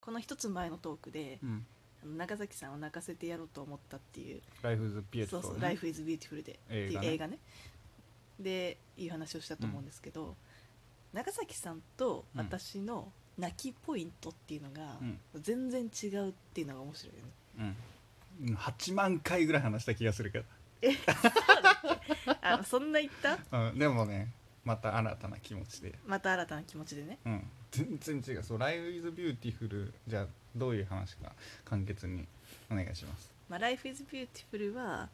この一つ前のトークでうん、あの中崎さんを泣かせてやろうと思ったっていうライフズピエそトうとそう「Life is Beautiful で」って映いう画ね映画ねでいい話をしたと思うんですけど、長崎さんと私の泣きポイントっていうのがうん全然違うっていうのが面白いよね、うん、8万回ぐらい話した気がするけど、あのそんな言った うん、でもねまた新たな気持ちで、また新たな気持ちでねうん、全然違うそう「Life is Beautiful」じゃあどういう話か簡潔にお願いします「まあ、Life is Beautiful は」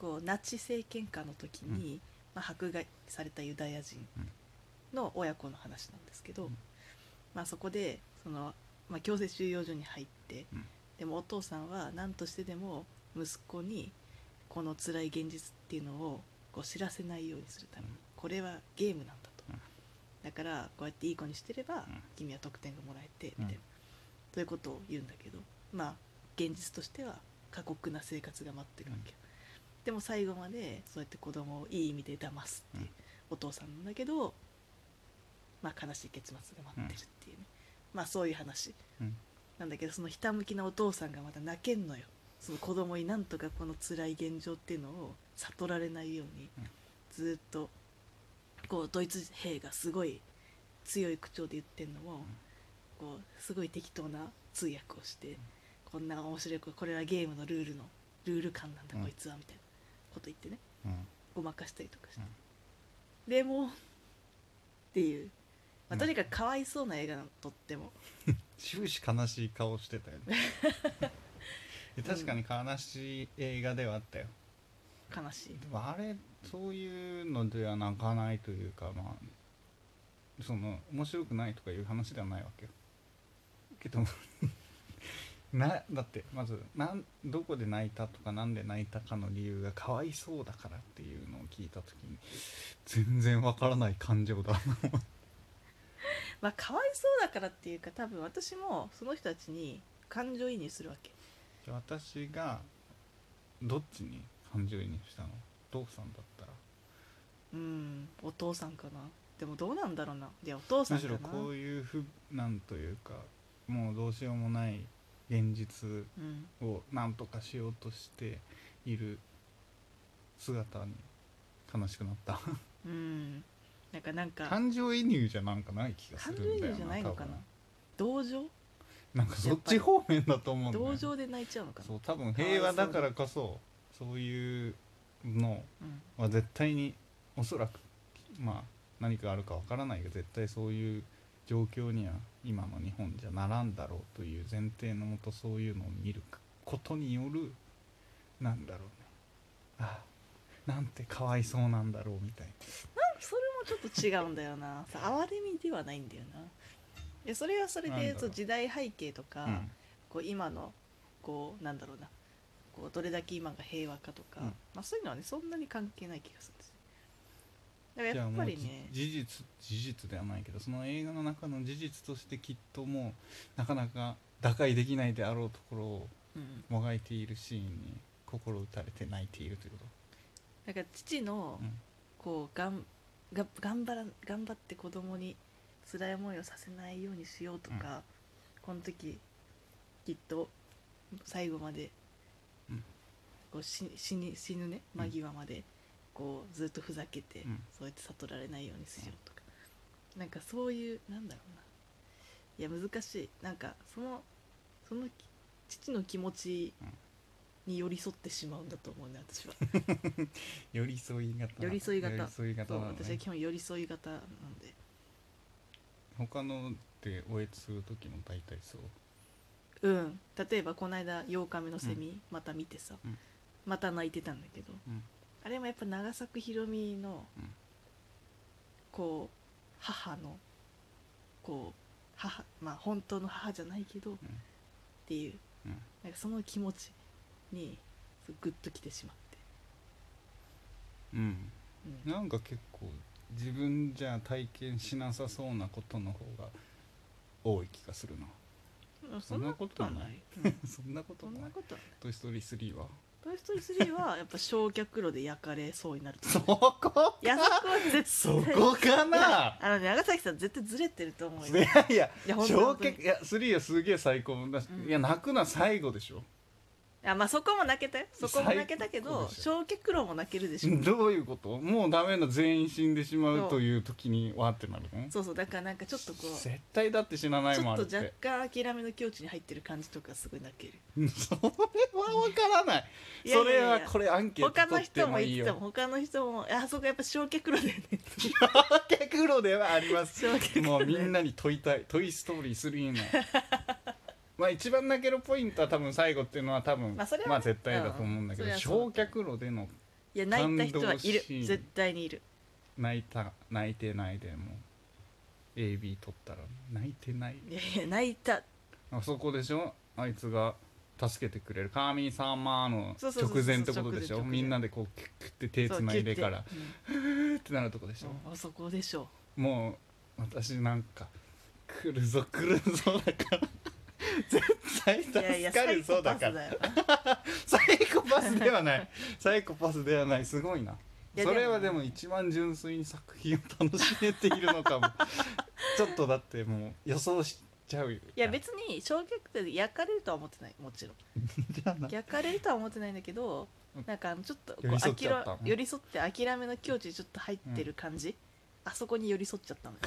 こうナチ政権下の時に、まあ、迫害されたユダヤ人の親子の話なんですけど、うんまあ、そこでその、まあ、強制収容所に入って、うんでもお父さんは何としてでも息子にこの辛い現実っていうのをこう知らせないようにするために、うんこれはゲームなんだと、うんだからこうやっていい子にしてればうん君は得点がもらえてうみんたいな、ということを言うんだけどまあ現実としては過酷な生活が待ってるわけ、でも最後までそうやって子供をいい意味で騙すっていうお父さんなんだけど、まあ悲しい結末が待ってるっていうね、まあそういう話うんなんだけどそのひたむきなお父さんがまた泣けんのよその子供になんとかこの辛い現状っていうのを悟られないようにうんずっとこうドイツ兵がすごい強い口調で言ってんのもこうすごい適当な通訳をしてこんな面白いここれはゲームのルールのルール感なんだうんこいつはみたいなこと言ってねうんごまかしたりとかしてうんでもっていう、まうあ、んとにかくかわいそうな映画なのとっても終始悲しい顔してたよ ねえ確かに悲しい映画ではあったよ悲しいでもあれそういうのでは泣かないというかまあその面白くないとかいう話ではないわけよけど なだってまずなんどこで泣いたとかなんで泣いたかの理由がかわいそうだからっていうのを聞いた時に全然わからない感情だまあかわいそうだからっていうか多分私もその人たちに感情移入するわけ私がどっちに感情移入したのお父さんだったらうんお父さんかなでもどうなんだろうないやお父さんむかしなろこういうふなんというかもうどうしようもない現実うんを何とかしようとしている姿に悲しくなったうんなんかなんか感情移入じゃなんかない気がす感る情移んだ入よなじゃないのかな同情多分なんかそっち方面だと思うんだよ同ね情で泣いちゃうのかなそう多分平和だからこそそういうのうんは絶対におそらくまあ何かあるかわからないが絶対そういう状況には今の日本じゃならんだろうという前提のもとそういうのを見ることによるなんだろうねああなんてかわいそうなんだろうみたいそれもちょっと違うんだよなさ哀れみではないんだよなでそれはそれなんだろでうそう時代背景とか、な、うんこう今のこうなんだろうなこうどれだけ今が平和かとか、うんまあ、そういうのはねそんなに関係ない気がするんですよだからじゃやあっもぱうりじね事実事実ではないけどその映画の中の事実としてきっともうなかなか打開できないであろうところをうん、もがいているシーンに心打たれて泣いているということ。だから父のうんこうがんが頑張ら頑張って子供に辛い思いをさせないようにしようとか、この時きっと最後まで、うんこう死死に死ぬねうん間際までこうずっとふざけて、うんそうやって悟られないようにしようとか、なんかそういうなんだろうないや難しいなんかそのそのき父の気持ちに寄り添ってしまうんだと思うね私は。寄り添い型寄り添い型寄り添い型そうなの、私はね基、本寄り添い型なんで他のでおえつする時も大体そううん例えばこの間8日目のセミ、また見てさ、うんまた泣いてたんだけどうんあれもやっぱ長作ひろみの、うんこう母のこう母まあ本当の母じゃないけど、っていううんなんかその気持ちにそうグッときてしまって、うん、うんなんか結構自分じゃ体験しなさそうなことの方が多い気がするなう んそんなことはない、うんそんなことそんなないことはない「トイ・ストーリー3は」 「トイ・ストーリー3」はやっぱ焼却炉で焼かれそうになる とそ思うこかいやそこは絶対そこかいやなあのね長崎さん絶対ずれてると思う いよやいやいや本当消本当に却いや3はすげえ最高だし、うんいや泣くのは最後でしょあまあそこも泣けたよそこも泣けたけど最焼却炉も泣けるでしょどういうこともうダメな全員死んでしまうという時にわーってなるのそうそうだからなんかちょっとこう絶対だって死なないちもょんっあとるって若干諦めの境地に入ってる感じとかすごい泣けるそれは分からないいやいやいやそれはこれアンケート他の取って人ももい言いってたよもん他の人もあそこやっぱ焼却炉だよね焼却炉ではあ ります焼却も炉うみでんなに問いたい「トイ・ストーリー3」の まあ一番泣けるポイントは多分最後っていうのは多分、まあそれはねまあ絶対だと思うんだけど、うんそれはそう焼却炉でのいや泣いた人はいる感動シーン絶対にいる泣いた泣いてないでも AB 取ったら泣いてないいやいや泣いたあそこでしょあいつが助けてくれる神様のそうそうそうそう直前ってことでし直前直ょ前みんなでこうキュッキュッて手そうつないで切ってからふー ってなるとこでしうょん、うんあそこでしょもう私なんか来るぞ来るぞだから 絶対いやい助やか最るぞ高だパスだよなからサイコパ スではないサイコパスではないすごいないやそれはででもも一番純粋に作品を楽しめているのかもちょっとだってもう予想しちゃうよいや別に焼却炉で焼かれるとは思ってないもちろん じゃあな焼かれるとは思ってないんだけどうんなんかあのちょっとこう寄り添っちゃっ諦ため寄り添って諦めの境地にちょっと入ってる感じ、あそこに寄り添っちゃったの よ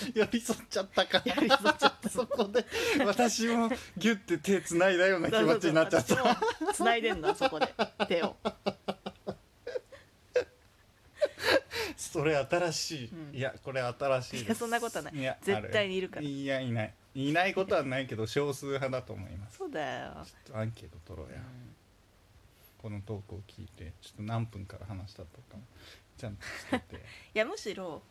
寄り添っちゃったか寄り添っちゃったらそこで 私もギュッて手つないだような気持ちになっちゃったつないでんのあそこで手を それ新しい、うんいやこれ新しいですいやそんなことはないいや絶対ににいるからいやいないいないことはないけど少数派だと思いますそうだよ、ちょっとアンケート取ろうや、このトークを聞いてちょっと何分から話したとかもちゃんとして ていやむしろ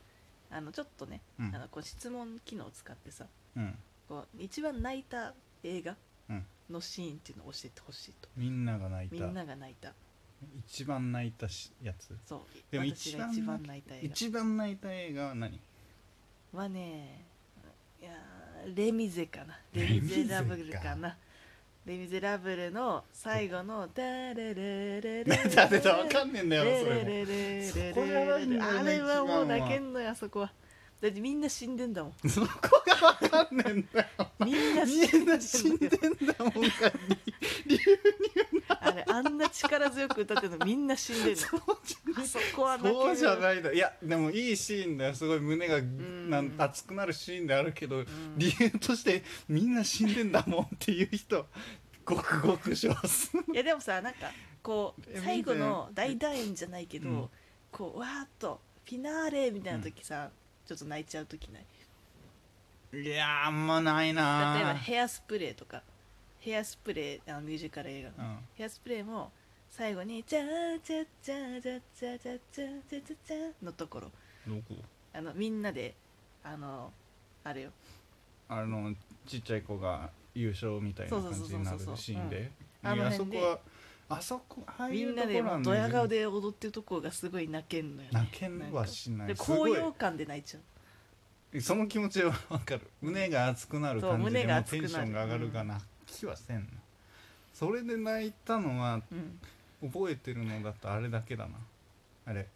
あのちょっとね、うんあのこう質問機能を使ってさうんこう一番泣いた映画うんのシーンっていうのを教えてほしいとみんなが泣いみたんなが泣いた一番泣いたしやつそうでも私が一一番番泣いた映一番泣いた映画は 何画はねいやーレ・ミゼかなレ・ミゼラブルかなレ・ミゼラブルの最後の「ダレレレレ」 だってわかんねえんだよなそれレレレもレそレこじゃないんだレよなあれはもう一番は泣けんのよあそこはだってみんな死んでんだもんそこがわかんねえん だよみんな死みんんでんな死んだでよんだもんかあれあんな力強く歌ってるのみんな死んでるのそうじゃあそこは泣けるそうじゃないだいやでもいいシーンだよすごい胸がんなん熱くなるシーンであるけど、ん理由としてみんな死んでんだもんっていう人ごくごく少数 いやでもさなんかこうえ最後の見て大団円じゃないけど、うんこうわーっとフィナーレみたいな時さ、ちょっと泣いちゃう時ないいやーあんまないなー例えばヘアスプレーとかヘアスプレーあのミュージカル映画の、うんヘアスプレーも最後に「チャチャチャチャチャチャチャチャチャチャ」のところどこあのみんなであのあれよあのちっちゃい子が優勝みたいな感じになるそうそうそうそうシーンで、うんあいのやあそ辺でこはあそこああいみうんとなこでろもはねうドヤ顔で踊ってるところがすごい泣けんのよ、ね、泣けんはしないですご高い揚感で泣いちゃうその気持ちはわ かる胸が熱くなるそう感じで胸がもう熱くなるテンションが上がるが泣きはせんな、それで泣いたのはうん覚えてるのだとあれだけだなあれ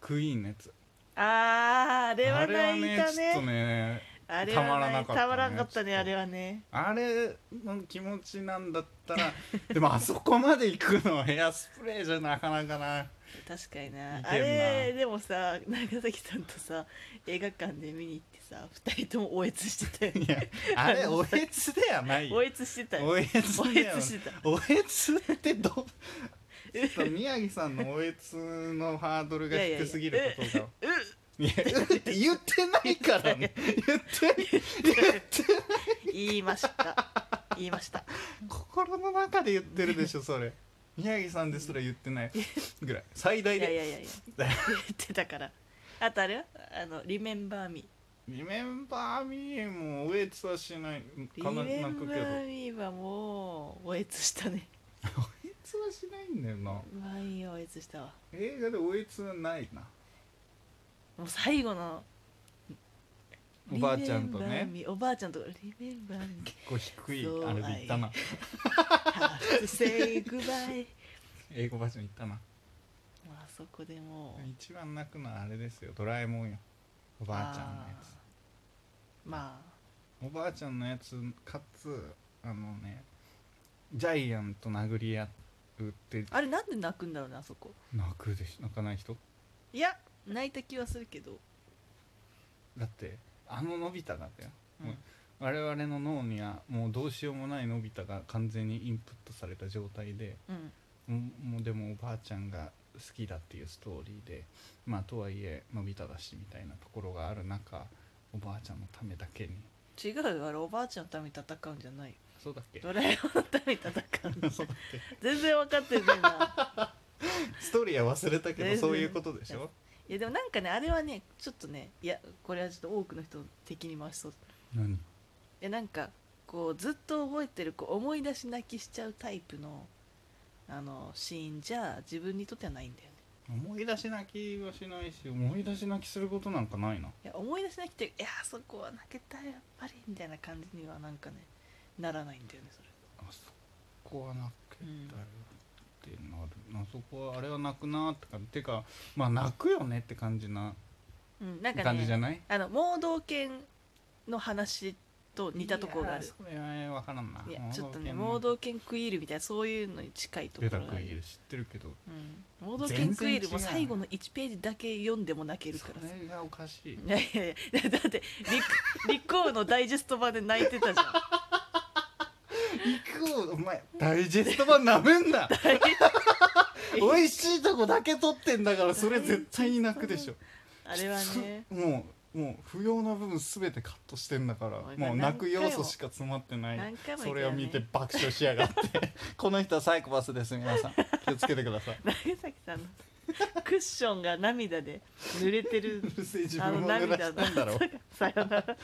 クイーンのやつあーあれは泣いあたれはねちょっねとねあれたまはらなないかったねたまらんかったちねょっとあれはねあれの気持ちなんだったら でもあそこまで行くのはヘアスプレーじゃなかなかな確かにな見てんなあれでもさ長崎さんとさ映画館で見に行ってさ2人とも応援してたよいねやあれおえつではない応よ援してたよおえつ応では援してたおえつってどうちょっと宮城さんのおえつのハードルが低すぎることがうっいやうって言ってないからね言って言って言いました言いました心の中で言ってるでしょそれ宮城さんですら言ってないぐらい最い大やいでやいやいや言ってたからあとあれはあの「リメンバー・ミ「リメンバー・ミー」もおえつはしないー」「リかなメ泣ンくバけどー・ミー」はもう応援したねおえつはしないんだよなワイン応援したわ映画でおえつはないなもう最後のおばあちゃんと Remember ね me おばあちゃんとリメンバーミーこう低いあれで言ったな have to say goodbye 英語バージョン言ったなまあそこでもう一番泣くのはあれですよドラえもんよおばあちゃんのやつーまあおばあちゃんのやつかつあのねジャイアンと殴り合うってあれなんで泣くんだろうなあそこ泣くでしょ泣かない人いや泣いた気はするけど、だってあののび太だってようんうん我々の脳にはもうどうしようもないのび太が完全にインプットされた状態でうんもうもうでもおばあちゃんが好きだっていうストーリーでまあとはいえのび太だしみたいなところがある中おばあちゃんのためだけに違うよあれおばあちゃんのために戦うんじゃないよそうだ っけドラえもんのために戦うんだ そうだっけ全然分かってないなストーリーは忘れたけど全然そういうことでしょいやでもなんかねあれはねちょっとねいやこれはちょっと多くの人の敵に回しそうい何やなんかこうずっと覚えてるこう思い出し泣きしちゃうタイプのあのシーンじゃ自分にとってはないんだよね思い出し泣きはしないし思い出し泣きすることなんかないないや思い出しなくていやそこは泣けたやっぱりみたいな感じにはなんかねならないんだよねそれあそこは泣けたよってなるな、そこはあれは泣くなってかてかまあ泣くよねって感じなうん、なんか感じじゃねないあの盲導犬の話と似たところがあるいやーそれは分からんないいやちょっとね盲盲導導犬クイールみたいなそういうのに近いと犬こ出たろがあ食いるる知ってるけどうん、盲導犬クイールも全然違う最後の1ページだけ読んでも泣けるそからされがおかしいいやいやいやだってリクリコーのダイジェスト版で泣いてたじゃん行くお前ダイジェスト版なめんな 美味しいとこだけ取ってんだからそれ絶対に泣くでしょ あれはねすもうもう不要な部分すべてカットしてんだからおいもうまあ泣く要素しか詰まってない何回も言そったれをよ見ねて爆笑しやがってこの人はサイコパスです皆さん気をつけてくださ い長崎さんのクッションが涙で濡れてるうるせえ自あ分のを濡涙らしのたんだろうさよなら